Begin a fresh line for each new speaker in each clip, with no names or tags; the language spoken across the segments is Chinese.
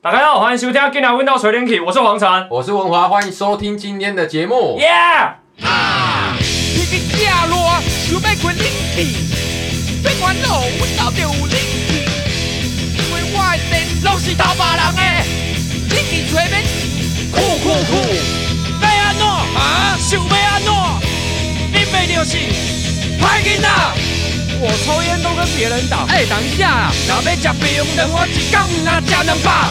大家好，欢迎收听《今日问到水灵气》，我是黄晨。
我是文华，欢迎收听今天的节目。
耶、
皮皮假热，想要困冷气，别烦恼，阮家就有冷气。因为我的电拢是偷别人的，冷气吹免钱，酷酷酷！要安怎啊？想要安怎？你袂就是歹囡仔。我抽烟都跟别人打。哎、等一下啦，若要吃冰糖，我一天毋若吃两百。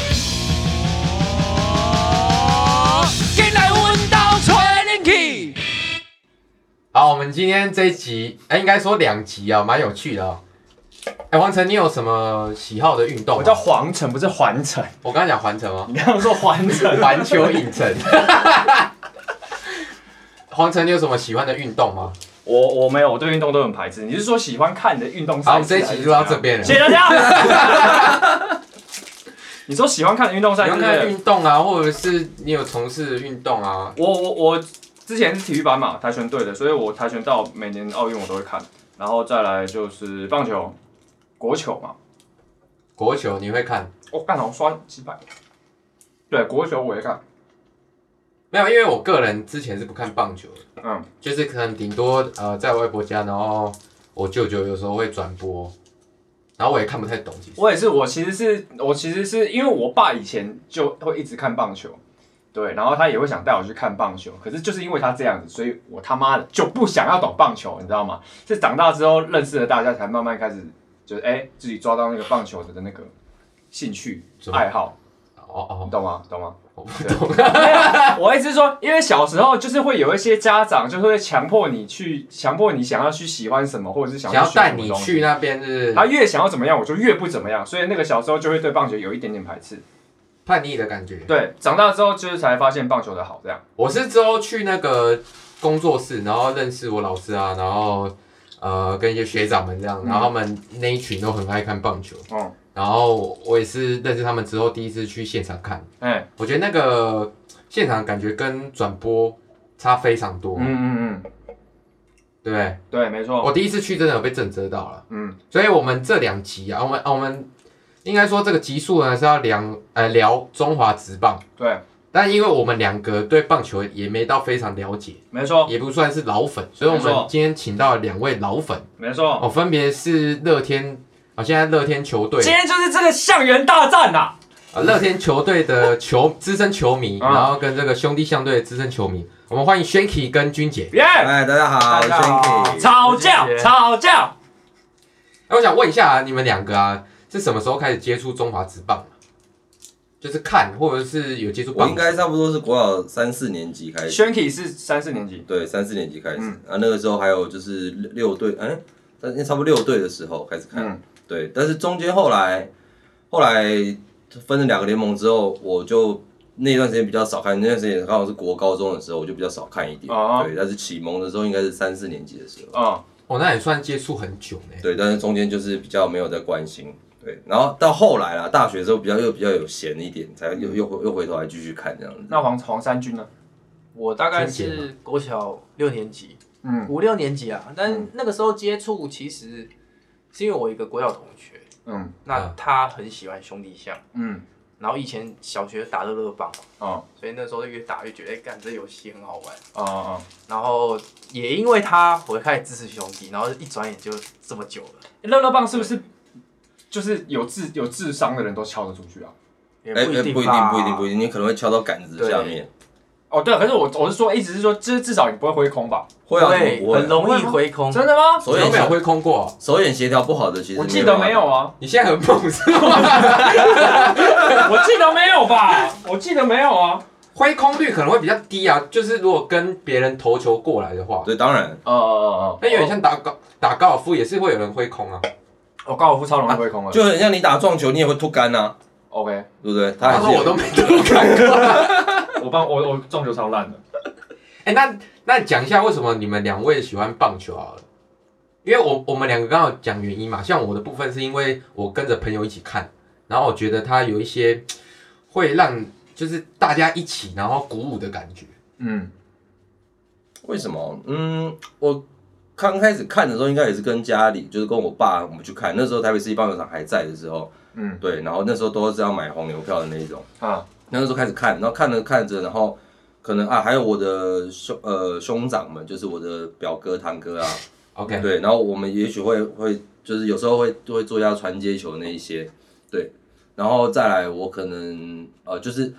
哦，进来阮家吹冷气。
好，我们今天这一集，哎、应该说两集啊，蛮有趣的哦。哎、黄晨，你有什么喜好的运动吗？
我叫黄晨，不是环城。
我刚刚讲环城吗
你？刚刚说环城，
环球影城。 黄晨，你有什么喜欢的运动吗？
我我没有，我对运动都很排斥。你是说喜欢看的运动赛
好，我们
事
这
还
一
是
集
怎样？
就到这边了。
谢谢大家。你说喜欢看的运动赛
你
事
有
对不
看
对？
运动啊，或者是你有从事运动啊？
我我我之前是体育班嘛，跆拳队的，所以我跆拳道每年奥运我都会看，然后再来就是棒球、国球嘛，
国球你会看？
我、哦、干好刷几百，对，国球我也看，
没有，因为我个人之前是不看棒球的，
嗯，
就是可能顶多呃在外婆家，然后我舅舅有时候会转播，然后我也看不太懂，其实。
我也是，我其实是我其实是因为我爸以前就会一直看棒球，对，然后他也会想带我去看棒球，可是就是因为他这样子，所以我他妈的就不想要懂棒球，你知道吗？是长大之后认识了大家，才慢慢开始就是哎、自己抓到那个棒球的那个兴趣
怎么
爱好，
哦
你懂吗？懂吗？
哦，我不懂。
我一直说，因为小时候就是会有一些家长就是会强迫你去，强迫你想要去喜欢什么，或者是想
想要
去学
带
什么
你
东西
去那边是
他越想要怎么样，我就越不怎么样，所以那个小时候就会对棒球有一点点排斥。
叛逆的感觉。
对，长大之后就是才发现棒球的好，这样。
我是之后去那个工作室，然后认识我老师啊，然后呃跟一些学长们这样，
嗯
然后他们那一群都很爱看棒球，
哦，
然后我也是认识他们之后第一次去现场看，
哎、
我觉得那个现场感觉跟转播差非常多，
嗯嗯嗯，
对不对？
对，没错。
我第一次去真的有被震慑到了。
嗯，
所以我们这两集啊，我们啊我们应该说这个集数呢是要聊呃聊中华职棒，
对，
但因为我们两个对棒球也没到非常了解，
没错，
也不算是老粉，所以我
没错
们今天请到了两位老粉
没错。
哦，分别是乐天啊、现在乐天球队
今天就是这个象园大战呐、
啊，乐天球队的球资深球迷，
啊
然后跟这个兄弟相对的资深球迷，我们欢迎 Shanky 跟君姐。
耶、
哎，大家好，我是 Shanky。
吵架，吵架。
哎，我想问一下、啊、你们两个啊，是什么时候开始接触中华职棒、啊？就是看，或者是有接触
我
棒
应
球？
该差不多是国小三四年级开始，
Shanky 是三四年级，
对，三四年级开始。
嗯
啊，那个时候还有就是六六队，哎、但差不多六队的时候开始看。
嗯
对，但是中间后来后来分成两个联盟之后，我就那段时间比较少看，那段时间刚好是国高中的时候，我就比较少看一点。
哦
对，但是启蒙的时候应该是三四年级的时候。
嗯，
哦，那也算接触很久呢。
对，但是中间就是比较没有在关心。对，然后到后来啦，大学之后比较又比较有闲一点，才又又回又回头来继续看这样子。
那黄黄山军呢？
我大概
春节
是国小六年级，
嗯
五六年级啊，
嗯
但那个时候接触其实是因为我一个国小同学，
嗯
那他很喜欢兄弟象，
嗯，
然后以前小学打乐乐棒，
哦
所以那时候越打越觉得，哎、干这游戏很好玩。
哦哦，
然后也因为他，我开始支持兄弟，然后一转眼就这么久了，
乐乐棒是不是就是有智有智商的人都敲得出去啊？
也
哎、
不
哎
一定
不一定，
吧
不一定，不一定，你可能会敲到杆子
对
下面，
哦，对，可是我我是说，意思是说，至至少你不会挥空吧？
会啊，怎么不
对，
会
很容易回空。
真的吗？
手
有
眼
没有
协
挥空过？
手眼协调不好的，其实
我记得没有
办法，
啊，
你现在很 猛是吗？
我记得没有吧？我记得没有啊。
挥空率可能会比较低啊，就是如果跟别人投球过来的话，
对，当然
哦哦哦
那有点像打高打高尔夫也是会有人挥空啊。
我高尔夫超容易挥空了。
就很像你打撞球，你也会吐杆呐、啊，
OK，
对不对？他
他
还
说
是有
我都没投看过。
我帮我我撞球超烂的。
哎、那那讲一下为什么你们两位喜欢棒球好了？因为我我们两个刚好讲原因嘛，像我的部分是因为我跟着朋友一起看，然后我觉得它有一些会让就是大家一起然后鼓舞的感觉。
嗯
为什么？嗯，我刚开始看的时候，应该也是跟家里，就是跟我爸我们去看，那时候台北市立棒球场还在的时候，
嗯
对，然后那时候都是要买黄牛票的那一种。
啊，
那时候开始看，然后看着看着，然后可能啊，还有我的兄呃兄长们，就是我的表哥堂哥啊，
OK，
对，然后我们也许会会就是有时候会会做一下传接球那一些，对，然后再来我可能呃就是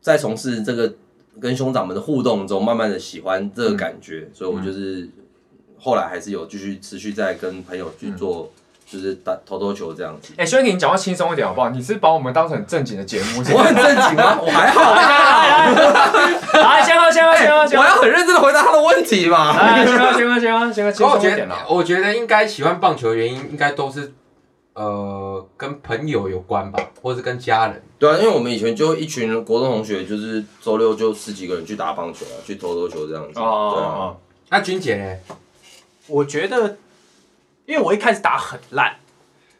在从事这个跟兄长们的互动中，慢慢的喜欢这个感觉，所以我就是后来还是有继续持续在跟朋友去做，就是打投投球这样子。
哎、轩给你讲话轻松一点好不好？你是把我们当成正经的节 目，
我很正经吗？我还 好，
来来 来，来先喝先喝先喝
我
先
要
喝，
很认真的回答他的问题嘛。
来哎先喝先喝先喝先喝轻
可我
松一
觉
点
得
啦，。
我觉得应该喜欢棒球的原因，应该都是呃跟朋友有关吧，或是跟家人。
对啊，因为我们以前就一群国中同学，就是周六就十几个人去打棒球啊，去投投球这样子。
哦
对啊，
哦
那君姐呢？
我觉得，因为我一开始打很烂，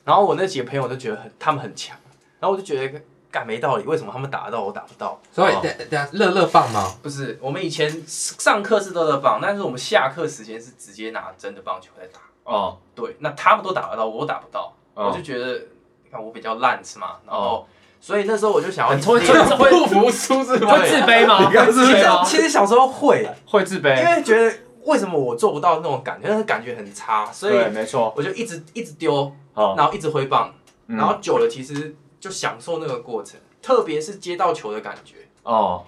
然后我那几个朋友都觉得很他们很强，然后我就觉得干没道理，为什么他们打得到我打不到？
所以
哦
等等下乐乐棒吗？
不是，我们以前上课是乐乐棒，但是我们下课时间是直接拿真的棒球在打。
哦哦
对，那他们都打得到，我打不到，我就觉得，你看我比较烂是吗？然后，所以那时候我就想要
很会
自己
会
不服输是吗？
会自卑吗？会
你刚刚
自
是
卑吗？
其实小时候会，
会自
因
卑，
为觉得为什么我做不到那种感觉，那个感觉很差，所以
对，没错，
我就一直一直丢，
哦，
然后一直挥棒，
嗯
然后久了其实就享受那个过程，特别是接到球的感觉，
哦，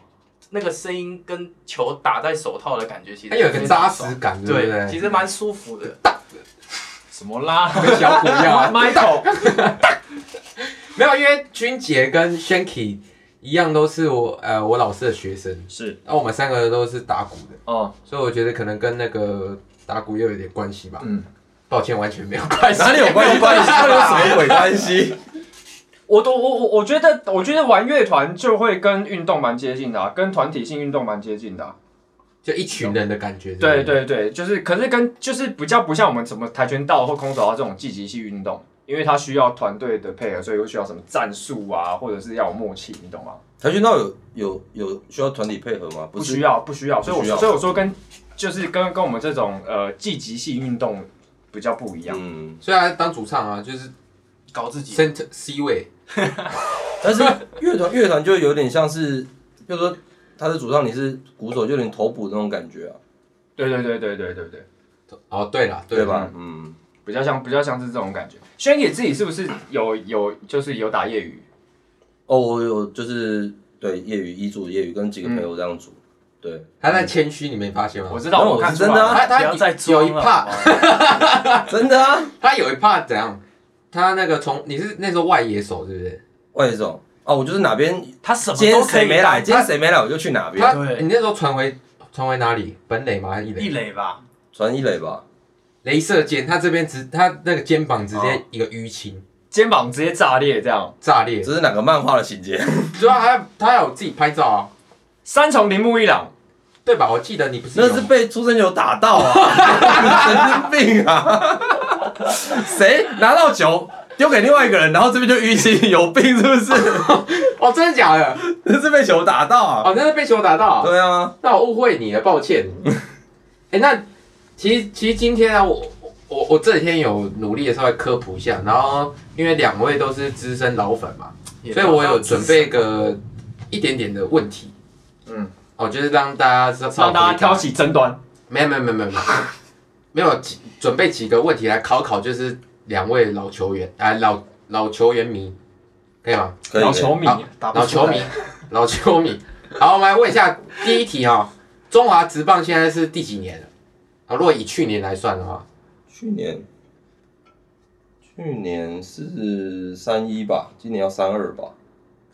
那个声音跟球打在手套的感觉，其实
它有一个
非常
扎
爽
实，感，对不
对，
对？
其实蛮舒服的。
什么啦
跟小虎一 样啊，
？Michael，
没有，因为君姐跟 Shanky 一样，都是我呃我老师的学生，
是
那我们三个都是打鼓的，
哦，
所以我觉得可能跟那个打鼓又有点关系吧。
嗯，
抱歉，完全没有关 系。
哪里有关系？关系？有什么鬼关系？
我都我我我觉得我觉得玩乐团就会跟运动蛮接近的、啊，跟团体性运动蛮接近的、啊。
就一群人的感觉。
对
是不是，
对对，就是可是跟就是比较不像我们什么跆拳道或空手道这种积极性运动，因为它需要团队的配合，所以会需要什么战术啊，或者是要有默契，你懂吗？
跆拳道有有有需要团体配合吗？
不
不
需
是，
要不需要，所以我
不需要
所以我说跟就是跟跟我们这种呃积极性运动比较不一样。
嗯，
所以他当主唱啊，就是
搞自己，
center C 位，
但是乐团乐团就有点像是，就是说他的主唱你是鼓手，就有点头补那种感觉啊，
对对对对对对对，
哦，对了，
对
了？
吧？嗯，
比较像比较像是这种感觉。轩野自己是不是有有就是有打业余？
哦，我有就是对业余一组业余跟几个朋友这样组，对，
他在谦虚，你没发现吗？
我知道，
那我
看
是
出来
真的啊
他他
不要再
有
装
一
了
part，
真的啊，
他有一 part 怎样？他那个从你是那时候外野手是不是？
外总啊，我就是哪边
他什么
今
都
天
可
谁
以
没
打
来，今天谁没来我就去哪
他
边，
对
你那时候传回传回哪里？本垒吗？还是一垒？
一垒吧，
传一垒吧。
镭射箭，他这边直他那个肩膀直
哦
接一个淤青
肩膀直接炸裂这样。
炸裂，
这是哪个漫画的情节？
主要他他有自己拍照啊，
三重铃木一朗，
对吧？我记得你不是
那
有
是被出生球打到啊， 神经病啊！谁拿到球丢给另外一个人，然后这边就淤青，有病是不是？
哦，真的假的？
那是被球打到啊！
哦，那是被球打到啊。
对啊，
那我误会你了，抱歉。哎、那其实其实今天啊，我我我这几天有努力的稍微科普一下，然后因为两位都是资深老粉嘛，所以我有准备个一点点的问题，
嗯，
哦，就是让大家稍稍
让大家
回答
挑起争端。
没有没有没有没有没有 没有几准备几个问题来考考，就是两位老球员啊、老老球员迷，可以吗？
可以啊
老球迷，
好
打不
老
出
球
来
迷，老球迷。好，我们来问一下第一题哦，中华职棒现在是第几年了？啊，如果以去年来算的话，
去年，去年是三一吧，今年要三二吧。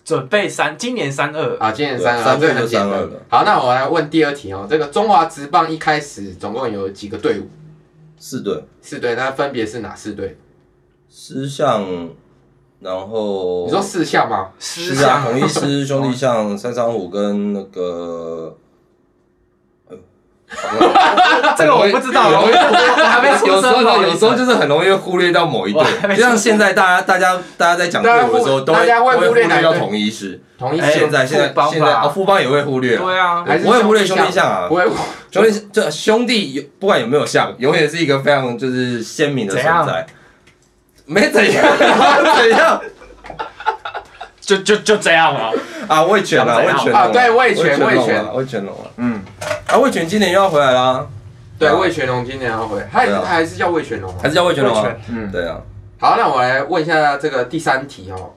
准备三，今年三二，
啊，今年三
对
二，
三
这个很
就
简
三二
单
了。
好，那我来问第二题哦，这个中华职棒一开始总共有几个队伍？
是对，
四队，那分别是哪四队？
师相，然后
你说四项吗？
师
是啊，红一师 兄弟像三三五跟那个，哎
这个我不知道，啊我我还没出
有时
生，不
候
好意
有
思
时候就是很容易忽略到某一队，就像现在大家大家大家在讲队伍的时候，都
大
会
家
都
会
会
忽
忽
略
略
哪一队
到同一师。
同一
哎
线
现在现
富
在
邦吧
现在啊，富邦也会忽略，
对啊，
还是
我也忽略
兄
兄
弟
弟像啊
不。会忽
兄弟这兄弟有不管有没有像，永远是一个非常就是鲜明的存
怎样
在。没怎样，怎样？
就就就这样了。
啊，魏权
想怎
啊，魏
样
权
啊对魏权
魏
魏
权
权
龙啊，魏权龙啊，
嗯，
啊，魏权今年又要回来啦，
对，
啊
魏全龙今年要回，他也
对
是
啊
他还是叫魏全龙啊
还。是叫魏权龙
魏
啊
权，
嗯
对啊，
好，那我来问一下这个第三题哦。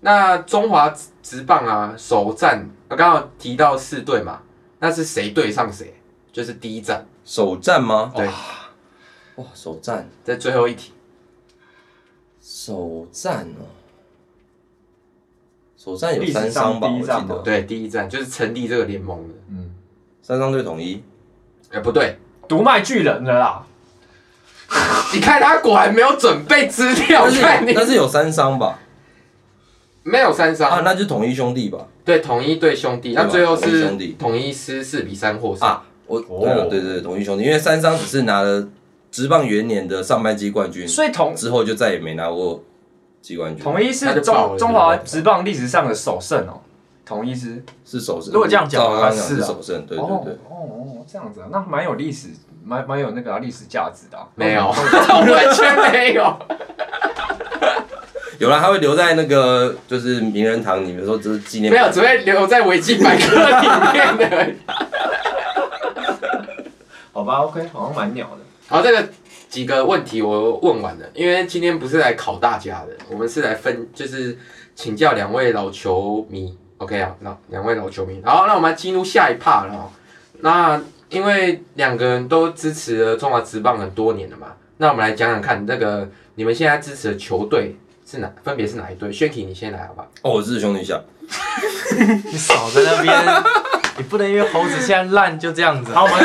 那中华职职棒啊，首战我刚刚提到四队嘛，那是谁对上谁？就是第一战，
首战吗？
对，
哇，首战，
在最后一题，
首战哦，首战有
历史
三
上
伤吧，
第
我
一
记
战吧
得，
对，第一战就是成立这个联盟的。
三伤对统一，
哎，不对，
独卖巨人了啦，
你看他果然没有准备资料，
但
我
是
看你
但是有三伤吧，
没有三
啊，
伤，
那就统一兄弟吧，
对，统一对兄弟，
对吧
那最后
统一
是
兄弟
统一师四比三获胜。
啊，我
哦
对了对对对，统一兄弟，因为三伤只是拿了职棒元年的上半季冠军，
所以统
之后就再也没拿过季冠军，
统一
那
是
就爆
中
了
中华职棒历史上的首胜哦，统一是
是首胜，
如果这样讲
照刚刚
啊
讲
是
是
啊
首胜，对对
哦
对，
哦哦这样子啊，那蛮有历史，蛮蛮有那个啊历史价值的啊。
没有， 完全没有。
有啦，他会留在那个就是名人堂里面说这是纪念
没
品，
有，只会留在维基百科里面的而已。
好吧，OK，好像蛮鸟的。
好，这个几个问题我问完了，因为今天不是来考大家的，我们是来分，就是请教两位老球迷。OK 啊，那两位老球迷，好，那我们进入下一趴了、哦。那因为两个人都支持了中华职棒很多年了嘛，那我们来讲讲看，那个你们现在支持的球队是哪，分别是哪一队 s h a k y 你先来好不好？
哦，我是兄弟下，
你少在那边， 你不能因为猴子现在烂就这样子。
好，我们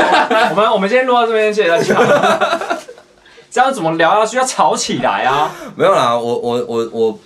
我们我们今天录到这边，谢谢大家。 这样怎么聊下去？要吵起来啊！
没有啦，我我我我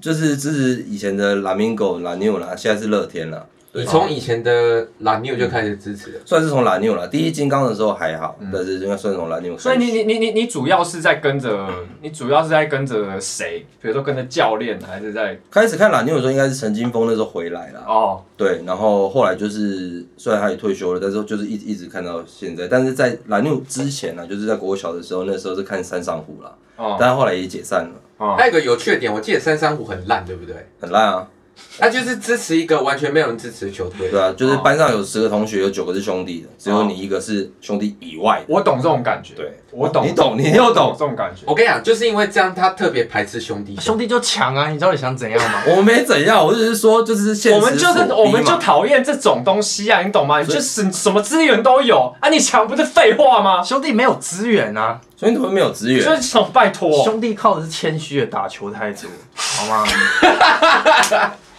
就是支持以前的拉米狗拉纽啦，现在是乐天啦，
你从以前的蓝牛就开始支持了，
算是从拉纽啦，第一金刚的时候还好，但是应该算是从拉纽开始，
嗯所以你你你你你主要是在跟着，你主要是在跟着谁？比如说跟着教练，还是在
开始看拉纽的时候，应该是陈金峰那时候回来啦，
哦
对，然后后来就是虽然他也退休了，但是就是一直一直看到现在，但是在拉纽之前呢，就是在国小的时候，那时候是看山上虎啦，
哦
但他后来也解散了，
哦
还有一个有趣的点，我记得三山虎很烂，对不对？
很烂啊。
他就是支持一个完全没有人支持的球队。
对啊，就是班上有十个同学，有九个是兄弟的，只有你一个是兄弟以外的。
我懂这种感觉，
对，
哦我懂，
你懂你又懂
我这种感觉。
我跟你讲，就是因为这样，他特别排斥兄弟。
兄弟就强啊！你到底想怎样嘛？
我没怎样，我只是说就是现实
我们就是
所逼嘛
我们就讨厌这种东西啊，你懂吗？你就是什么资源都有啊，你强不是废话吗？
兄弟没有资源啊，
所以你怎么没有资
所以
源？
想拜托，
兄弟靠的是谦虚的打球态度，好吗？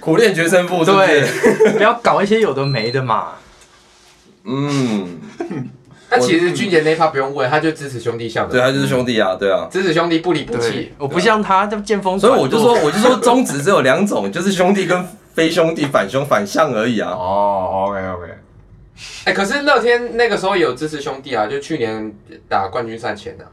苦练决胜负，是不是
对，，不要搞一些有的没的嘛。
嗯，
但其
嗯
实俊杰那一趴不用问，他就支持兄弟校
对，
的，
他就是兄弟啊，对啊。
支持兄弟不离不
对
弃。，
我不像他，这见风
所
转
以
舵。
我就说，我就说宗旨只有两种，就是兄弟跟非兄弟、反兄反向而已啊。
哦，OK OK，
哎，可是乐天那个时候有支持兄弟啊，就去年打冠军赛前啊，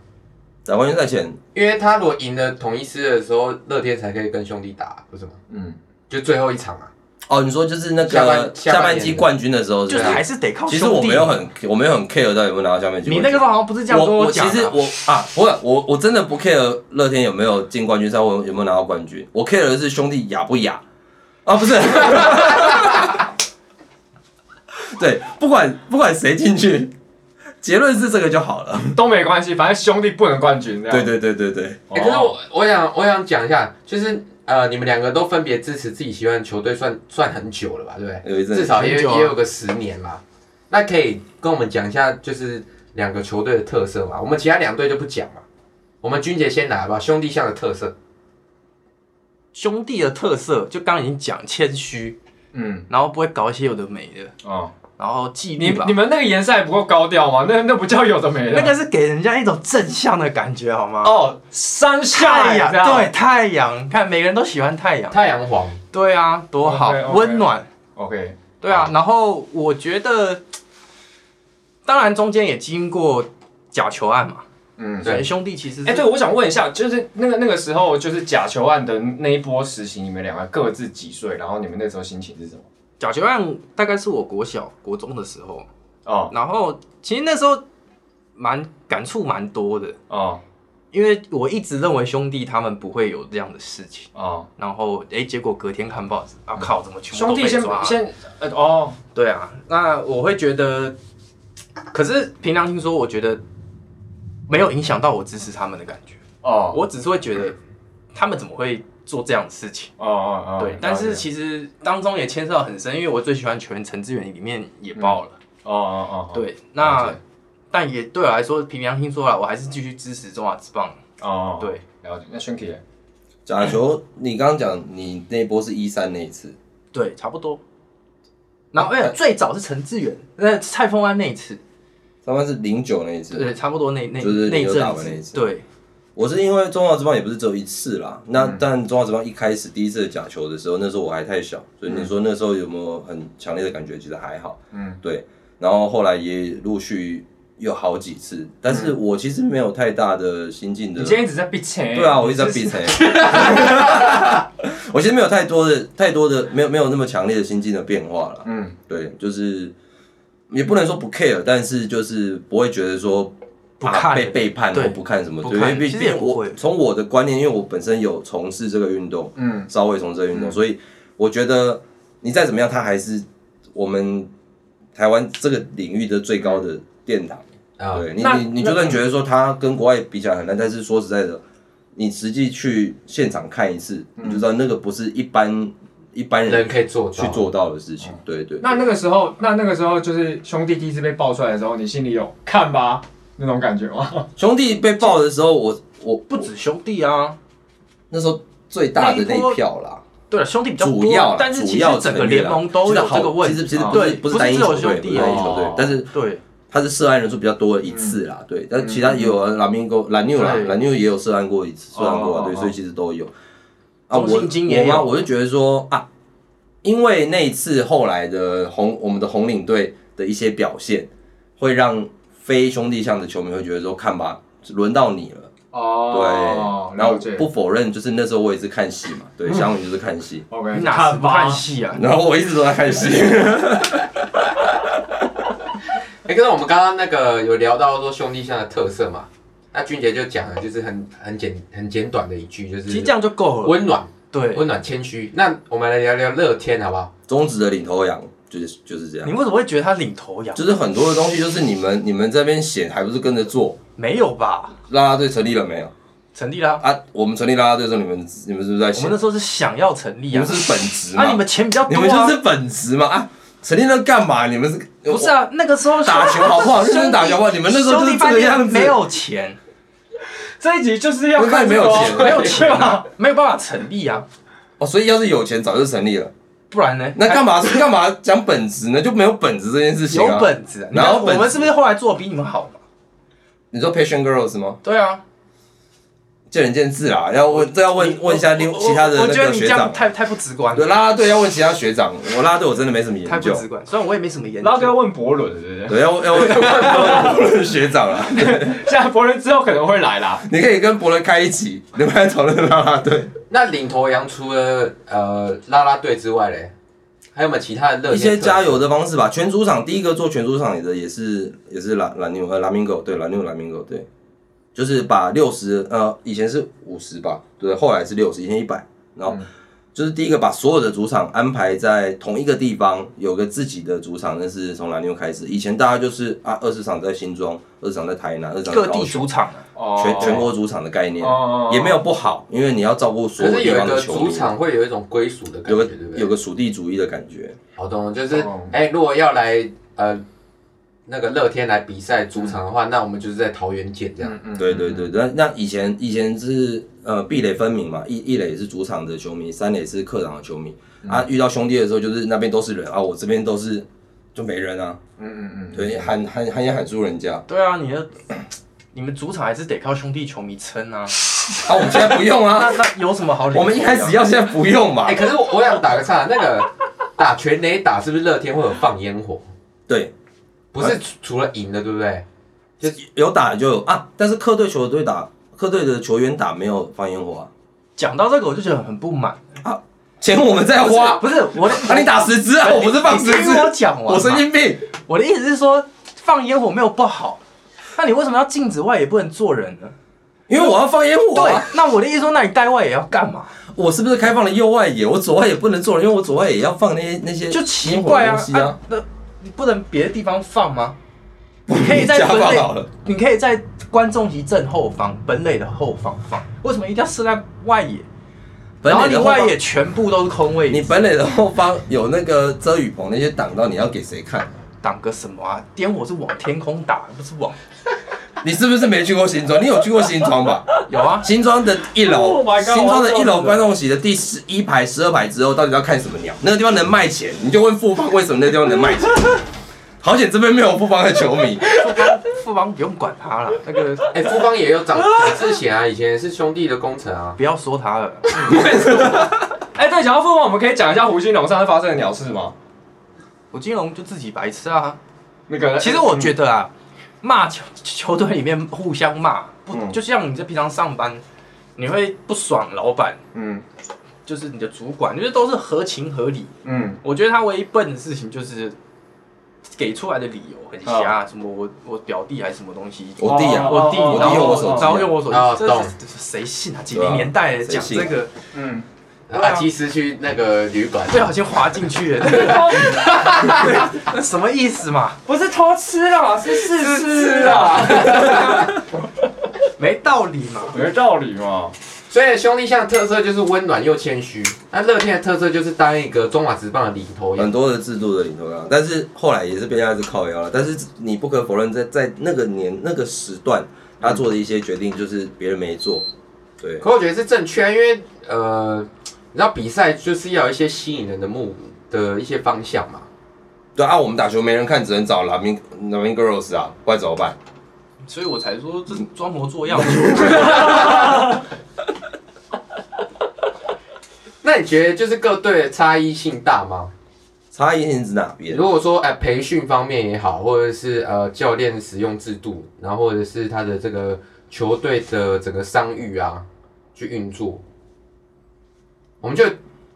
打冠军赛前，
因为他如果赢了统一狮的时候，乐天才可以跟兄弟打，不是吗？
嗯，
就最后一场啊。
哦，你说就是那
下半
个
下半
下半季
年的
冠军的时候，
就是
不
还是得靠兄弟。
其实我没有，很，我没有很 care 到底有没有拿到下半季冠军。
你那个时候好像不是这样跟
我
讲
其实
的。
我啊，我我我真的不 care 乐天有没有进冠军赛或有没有拿到冠军，我 care 的是兄弟雅不雅啊，不是。 对，不管不管谁进去，结论是这个就好了。
都没关系，反正兄弟不能冠军这样。
对对对对对，
哦，
哎，可是我我想我想讲一下，就是呃，你们两个都分别支持自己喜欢的球队，算算很久了吧，对不对？
有一阵
至
子
少也
很久啊
也有个十年嘛。那可以跟我们讲一下，就是两个球队的特色嘛。我们其他两队就不讲嘛。我们君杰先来吧，兄弟象的特色。
兄弟的特色就刚刚已经讲谦虚，
嗯
然后不会搞一些有的没的，
哦，
然后纪
你
律吧啊
你。们那个颜色还不够高调吗？那那不叫有的没的。
那个是给人家一种正向的感觉，好吗？
哦，山下
太阳，啊对太阳，看每个人都喜欢太阳，
太阳黄，
对啊，多好，
OK，OK
温暖，
，OK，
对啊。然后我觉得，当然中间也经过假球案嘛，
嗯。
所以
对
兄弟其实是
哎、对，我想问一下，就是那个那个时候，就是假球案的那一波实行，你们两个各自几岁？然后你们那时候心情是什么？
假球案大概是我国小国中的时候，
哦
然后其实那时候蛮感触蛮多的，
哦，
因为我一直认为兄弟他们不会有这样的事情。
哦，
然后哎、诶结果隔天看报纸，啊靠，怎么全部
兄
都
弟
被
先
抓了？
先呃哦，
对啊，那我会觉得，可是凭良心说，我觉得没有影响到我支持他们的感觉，
哦，
我只是会觉得他们怎么会做这样的事情。
哦哦哦，
对，但是
了解
其实当中也牵涉到很深，因为我最喜欢球员陈志远里面也爆了。
哦哦哦，哦，
对，
了
那
解
但也对我来说，凭良心说了，我还是继续支持中华职棒。
哦哦，
对，
了解。那
呃
Shinky
假球，你刚刚讲你那波是一三那一次，
对，差不多。然后哎、最早是陈志远，那蔡峰安那一次，
上半是零九那一次。
对，差不多那那
就是
那一
有打
阵
完那一
子，
次
对，
我是因为中华职棒也不是只有一次啦，那、
嗯
但中华职棒一开始第一次的假球的时候，那时候我还太小，所以你说那时候有没有很强烈的感觉？其实还好，
嗯，
对。然后后来也陆续有好几次，但是我其实没有太大的心境的。
嗯你今天一直在避钱，
对啊，我一直在
就是
闭嘴。 我其实没有太多的、太多的，没有没有那么强烈的心境的变化了。
嗯
对，就是也不能说不 care，但是就是不会觉得说
不
怕
看
被背叛
对
或不看什么。
不
对，因
看
为毕
其
竟
实也不
我
会
从我的观念，因为我本身有从事这个运动，
嗯
稍微从这个运动，
嗯
所以我觉得你再怎么样，它还是我们台湾这个领域的最高的殿堂。
啊，
对你
那
你你
那
就算觉得说它跟国外比起来很难，但是说实在的，你实际去现场看一次，你就知
嗯
道那个不是一般一般
人
人
可以做到
去做到的事情。对对，
那那个时候，那那个时候就是兄弟第一次被爆出来的时候，你心里有看吧那种感觉吗？
兄弟被爆的时候，我我
不止兄弟啊，
那时候最大的那一票啦，
对了，兄弟比较
主
多，
要啦
但是其
主
实
要
整个
成员
联
啦
盟都
其实
有
好
这个问
其实
题，啊
其实不
对
是不是单一
只有
球队，
兄
不
弟啊
是单一球队
哦，
但是
对，
他是涉案人数比较多的一次啦，对，但其他也有啊，拉米戈、兰纽啦
嗯对，
兰纽也有涉案过一次，涉案过
哦
啊，
哦
对，所以其实都有。啊，
中
我
信金也
我妈
有
我就觉得说啊，因为那一次后来的红我们的红领队的一些表现，会让非兄弟向的球迷会觉得说，看吧，轮到你了，
哦
对。然
了
后
解。
不否认，就是那时候我也是看戏嘛，
嗯
对，相宇就是看戏，
OK，
你哪次不
吧
看戏啊？
然后我一直都在看戏。
哎，可是我们刚刚那个有聊到说兄弟像的特色嘛，那俊杰就讲了，就是很很简很简短的一句，就
其实
是
这样就够了。
温暖、
对，
温暖、谦虚。那我们来聊聊乐天好不好？
中指的领头羊就是就是这样
你。为什么会觉得他领头羊？
就是很多的东西，就是你们你们这边写，还不是跟着做？
没有吧？
啦啦队成立了没有？
成立啦，
啊，我们成立啦啦队的时候，你们你们是不是在
我
写
们那？时候是想要成立
你
啊
们，是本职嘛？
啊，你们钱比较
你
多
们
啊
就是，本职嘛？啊，成立了干嘛？你们是
不是？啊？那个时候
我打球好不好？认真打球好不好？你们那时候
兄
就
弟
是这
饭
个
店
样子。
没有钱，
这一集就是要
我看
看
你没有
这个哦
钱
没有钱
对吧
啊，没有办法成立啊，
哦，所以要是有钱早就成立了。
不然呢？
那干嘛干嘛讲本职呢？就没有本职这件事情啊。
有本子啊，你
哪
看
有本子
我们是不是后来做的比你们好嘛？
你说 Patient Girls 吗？
对啊，
见仁见智啦。要问这要问问一下另
我
其他的
我
那
觉得
个
你这
学
样
长。
太太不直观
对
了，
啦啦队要问其他学长，我啦啦队我真的没什么研
太不
究。
直观。虽然我也没什么研
然后就要
究，
问博伦，对不对？
对，要要问博伦学长啊，
现在博伦之后可能会来啦。
你可以跟博伦开一集，你们来讨论啦啦队
那领头羊除了呃啦啦队之外嘞，还有没有其他的乐天
一些
特色
加油的方式吧。全主场第一个做全主场的也是也是蓝蓝牛呃蓝明狗对蓝牛蓝明狗对，就是把六十呃以前是五十吧，对，后来是六十，以前一百，然
嗯
后。就是第一个把所有的主场安排在同一个地方，有个自己的主场，那是从蓝牛开始。以前大家就是啊，二十场在新庄，二十场在台南，二十场在
各
高
地
雄
主场啊，
哦
全全国主场的概念，
哦
也没有不好，因为你要照顾所
可
有
是
地
有一
方
个
的球
主
迷，
场会有一种归属的感
有
觉，
个
对不对？
有个属地主义的感觉。
好懂了，就是
懂
哎、如果要来呃那个乐天来比赛主场的话，那我们就是在桃园见这样。
嗯
对对对，那那以前以前是呃壁垒分明嘛，一一垒是主场的球迷，三垒是客场的球迷。
嗯
啊，遇到兄弟的时候，就是那边都是人啊，我这边都是就没人啊，
嗯嗯嗯，
对，喊喊喊也喊输人家。
对啊，你的 你们主场还是得靠兄弟球迷撑啊，
啊，我们现在不用
那
啊，
那有什么好领头羊？
我们一开始要现在不用嘛
哎、。可是我我想打个岔，那个打全垒打是不是乐天会有放烟火？
对，
不是除除了赢的，对不对？
有打就有啊，但是客队球队打，客队的球员打没有放烟火啊，
讲到这个，我就觉得很不满。
钱我们在花。
不是我的，
啊，你打十支啊！我不是放
你
十支，
你听我讲完嘛
我神经病。
我的意思是说，放烟火没有不好，那你为什么要禁止外野不能做人呢？
因为我要放烟火、
对
啊。，
那我的意思说，那你带外也要干嘛？
我是不是开放了右外野？我左外也不能做了，因为我左外也要放那些那些
就奇怪
烟火的
啊
东西
啊
啊！，
那你不能别的地方放吗？ 你可以在
家
本
放
垒
好了，
你可以在观众席正后方、本垒的后方放，为什么一定要设在外野？
本
然后
垒
你
的后方
外野全部都是空位，
你
你
本垒的后方有那个遮雨棚那些挡到，你要给谁看？
挡个什么啊？点火是往天空打，不是往
你是不是没去过新庄？你有去过新庄 吧？
有啊？
新庄的一楼
Oh my god，
新庄
我要
的
笑
一
死
楼
了
观众席的第十一排、十二排之后，到底要看什么鸟？那个地方能卖钱，你就问富邦为什么那地方能卖 钱。好险这边没有富邦的球迷，
富邦不用管他了，那个
哎、富邦也有长长志贤啊，以前是兄弟的工程啊。
不要说他了。
哎、对，讲到富邦，我们可以讲一下胡金龙上次发生的鸟事吗？
我金融就自己白痴啊！
那个，
其实我觉得啊，骂球球队里面互相骂，不、
嗯
就像你在平常上班，你会不爽老板，
嗯
就是你的主管，就是都是合情合理。
嗯
我觉得他唯一笨的事情就是给出来的理由很瞎，什么我我表弟还是什么东西，
啊我弟啊，
哦
我弟，
哦
然
我弟用
后
我手机啊
然后用我手
哦
机，这
懂
是这是谁信啊？几
对
零
啊
年代的
谁
讲
信啊
这个，
嗯，
然
对啊
后及时去那个旅馆。
最好先滑进去了，那什么意思嘛？
不是偷吃啦，是 试吃
啦
啊
啦，
没道理嘛。
有道理嘛？
所以兄弟像特色就是温暖又谦虚，那乐天的特色就是当一个中华职棒的领头
很
羊。
多的制度的领头羊，但是后来也是被人家是靠腰了。但是你不可否认在，在那个年那个时段，他做的一些决定就是别人没做，对，
可我觉得是正确啊，因为呃，你知道比赛就是要有一些吸引人的目的一些方向嘛。
对啊，我们打球没人看，只能找 Lamin Lamin Girls 啊，不然怎么办？
所以我才说这是装模作样。
嗯
那你觉得就是各队的差异性大吗？
差异性是哪边？
如果说哎、培训方面也好，或者是呃教练使用制度，然后或者是他的这个球队的整个商誉啊去运作，我们就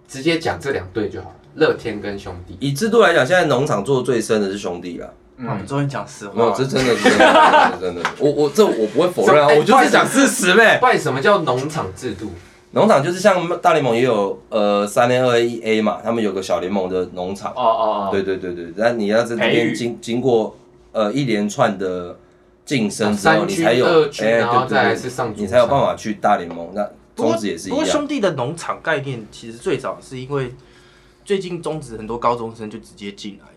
直接讲这两队就好了，乐天跟兄弟。
以制度来讲，现在农场做最深的是兄弟啊啦。
嗯
我们终于讲实
没
话
有，
了，
这真的是真的，这真的。我我这我不会否认啊，
这哎
我就是讲事 实呗。
不然什么叫农场制度？
农场就是像大联盟也有呃三零二一 A 嘛，他们有个小联盟的农场。
哦哦哦，
对对对对，那你要在这
培
边
育
经经过呃一连串的晋升之
啊
后，
三
你
军
才有
二军
哎
然后
对
再来
对
是
对，
上主
你才有
场
办法去大联盟。那
不过
中职也是一
不过
样，
兄弟的农场概念其实最早是因为最近中职很多高中生就直接进来了。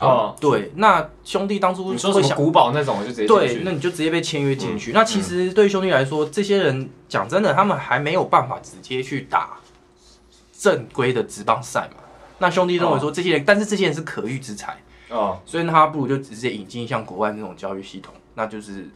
哦，
对，那兄弟当初
你说什
会
么
想
古堡那种，我就直接进
对，
去嗯
那你就直接被签约进去。那其实对于兄弟来说，这些人讲真的，他们还没有办法直接去打正规的职棒赛嘛。那兄弟认为说这些人，但是这些人是可遇之才，
哦，
所以他不如就直接引进像国外那种教育系统，那就是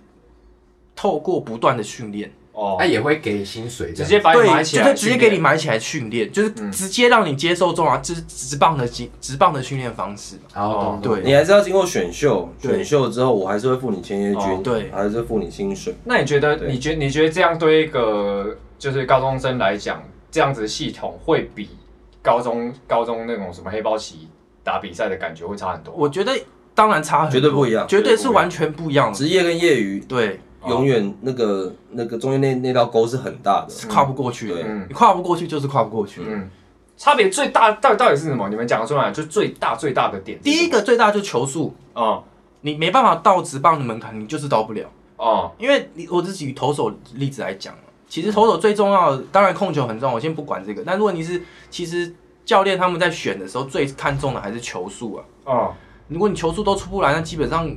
透过不断的训练。
哦
他、，也会给薪水
直
这样，
接把你埋
对，
起
就
来，嗯
是直接给你埋起来训练，就是直接让你接受中华就是直棒的直直棒的训练方式嘛。
然后
哦
懂懂
对
你还是要经过选秀，
对
选秀之后我还是会付你签约
哦
金，
对
还是付你薪水。
那你觉得，
对
你觉你觉得这样对一个就是高中生来讲，这样子的系统会比高中高中那种什么黑豹旗打比赛的感觉会差很多？
我觉得当然差很多，
绝对不一样
绝对是完全不一样的。
职业跟业余
对，
永远那个那个中间那那道沟是很大的。
是跨不过去的
对
嗯，
你跨不过去就是跨不过去。
嗯，差别最大到底到底是什么？你们讲得出来，就最大最大的点。
第一，个最大就是球速，
哦
你没办法到直棒的门槛，你就是到不了。
哦，
因为你我自己以投手例子来讲，其实投手最重要的，当然控球很重要，我先不管这个。但问题是，其实教练他们在选的时候最看重的还是球速啊。
哦，
如果你球速都出不来，那基本上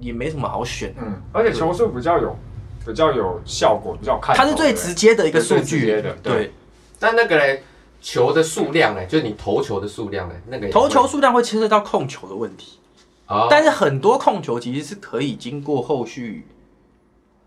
也没什么好选的。
嗯，而且球速比较有比较有效果，比较有看头。
它是最直接的一个数据
对最直接的
对
对，
那那个嘞，球的数量嘞，就是你投球的数量嘞，那个也会
投球数量会牵涉到控球的问题，
哦
但是很多控球其实是可以经过后续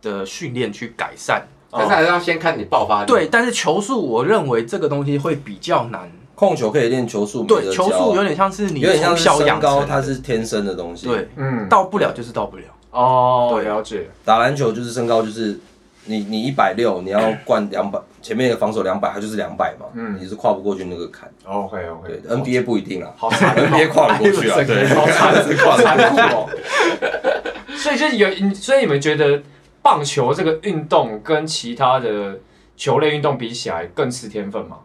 的训练去改善。
但是还是要先看你爆发力。
哦对，，但是球速我认为这个东西会比较难。
控球可以练球速，没
对，
得
球
教啊
速有点像是你
有点像
从
是
小
身
养
高，
成
它
的，
是天生的东西。，
对，
嗯，
到不了就是到不了。
哦，
对
了解，
打篮球就是身高就是你你一百六，你要灌两百，前面的防守两百，它就是两百嘛，
嗯
你是跨不过去那个坎。
OK OK，
对，NBA 不一定啊
好惨哦
，NBA 跨不过去啊，对，
好惨，
是跨不过去。啊
所以就有，所以你们觉得棒球这个运动跟其他的球类运动比起来，更吃天分嘛？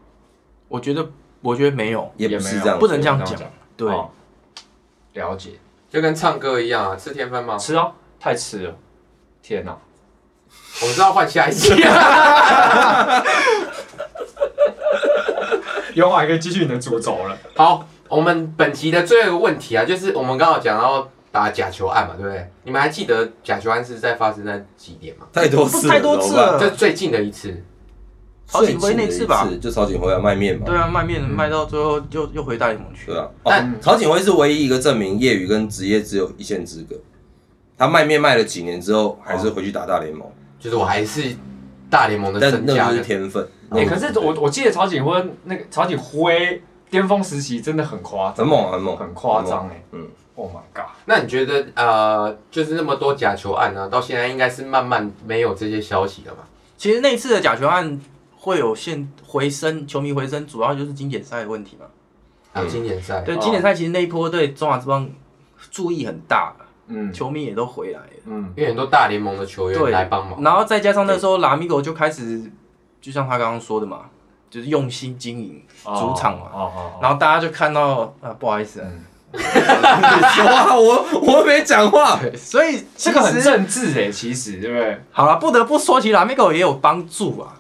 我觉得我觉得没有，
也
也
不
没
是
有
这样，
不能这样
这
讲
样讲。
对，
哦了解，
就跟唱歌一样啊，吃天分吗？
吃啊，太吃了，天哪、
我们知道换下一集。啊
有啊还可以继续你的主轴了。
好，我们本集的最后一个问题啊，就是我们刚好讲到打假球案嘛，对不对？你们还记得假球案是在发生在几点吗？
太多次了
太多次了
怎么办
这最近的一次，
曹景辉那次吧
最近的一次就曹景辉啊，卖面嘛。
对啊，卖面卖到最后又又回大联盟
嗯
去
对
了。
啊，哦
但，
曹景辉是唯一一个证明业余跟职业只有一线之隔。他卖面卖了几年之后，还是回去打大联盟，
就是我还是大联盟的
但
身
那
价
个就
呃的
是天分。
哎、可是我我记得曹景辉那个曹景辉巅峰时期真的很夸张，
很猛嗯很猛
很夸张哎。
嗯，
Oh my god！
那你觉得呃，就是那么多假球案呢、到现在应该是慢慢没有这些消息了嘛？
其实那一次的假球案会有现回升，球迷回升，主要就是经典赛的问题嘛。
啊，
嗯
经典赛，
对，
哦
经典赛其实那一波对中华之棒注意很大，
嗯
球迷也都回来了。
嗯，
因为很多大联盟的球员
对
来帮忙，
然后再加上那时候拉米狗就开始，就像他刚刚说的嘛，就是用心经营主场嘛。
哦哦哦，
然后大家就看到，啊，不好意思啊，
嗯
哇，我我没讲 话，
所以
这个
其
很
实
政治哎、其实对不对？
好了，不得不说，其实拉米狗也有帮助啊。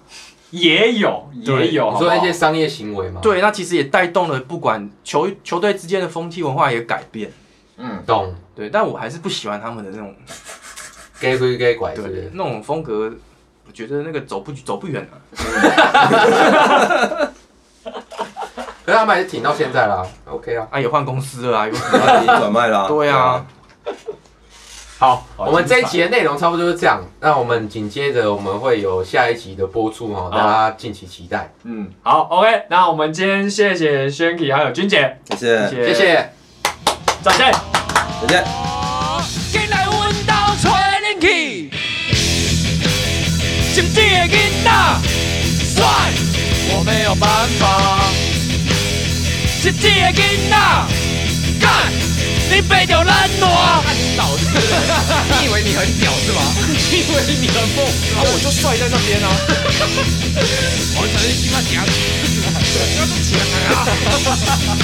也有也有，好
你
不
说
好
那些商业行为嘛，，
对，那其实也带动了不管球球队之间的风气文化也改变。
嗯，
懂
对，但我还是不喜欢他们的那种，
该归该拐是不
对
是，？
那种风格，我觉得那个走不走不远啊。
可是他们还是挺到现在啦，OK 啊。
啊，也换公司了啊，又
然后已哎经转卖啦。
对啊，
好，
好
我们这一
精彩
集的内容差不多就是这样。那我们紧接着我们会有下一集的播出哦，大家敬请期待。
嗯，好，OK，那我们今天谢谢 Shanky 还有君姐，
对啊，谢
谢
谢
谢，
谢。
再见。
再见。
进来阮兜找恁去，心机的囡仔，帅，我没有办法。心机的囡仔，干，你背着咱烂。你老子，你以为你很屌是吗？ 你以为你很猛是吗？我就帅在那边啊。 我才是鸡巴强，不要都强啊！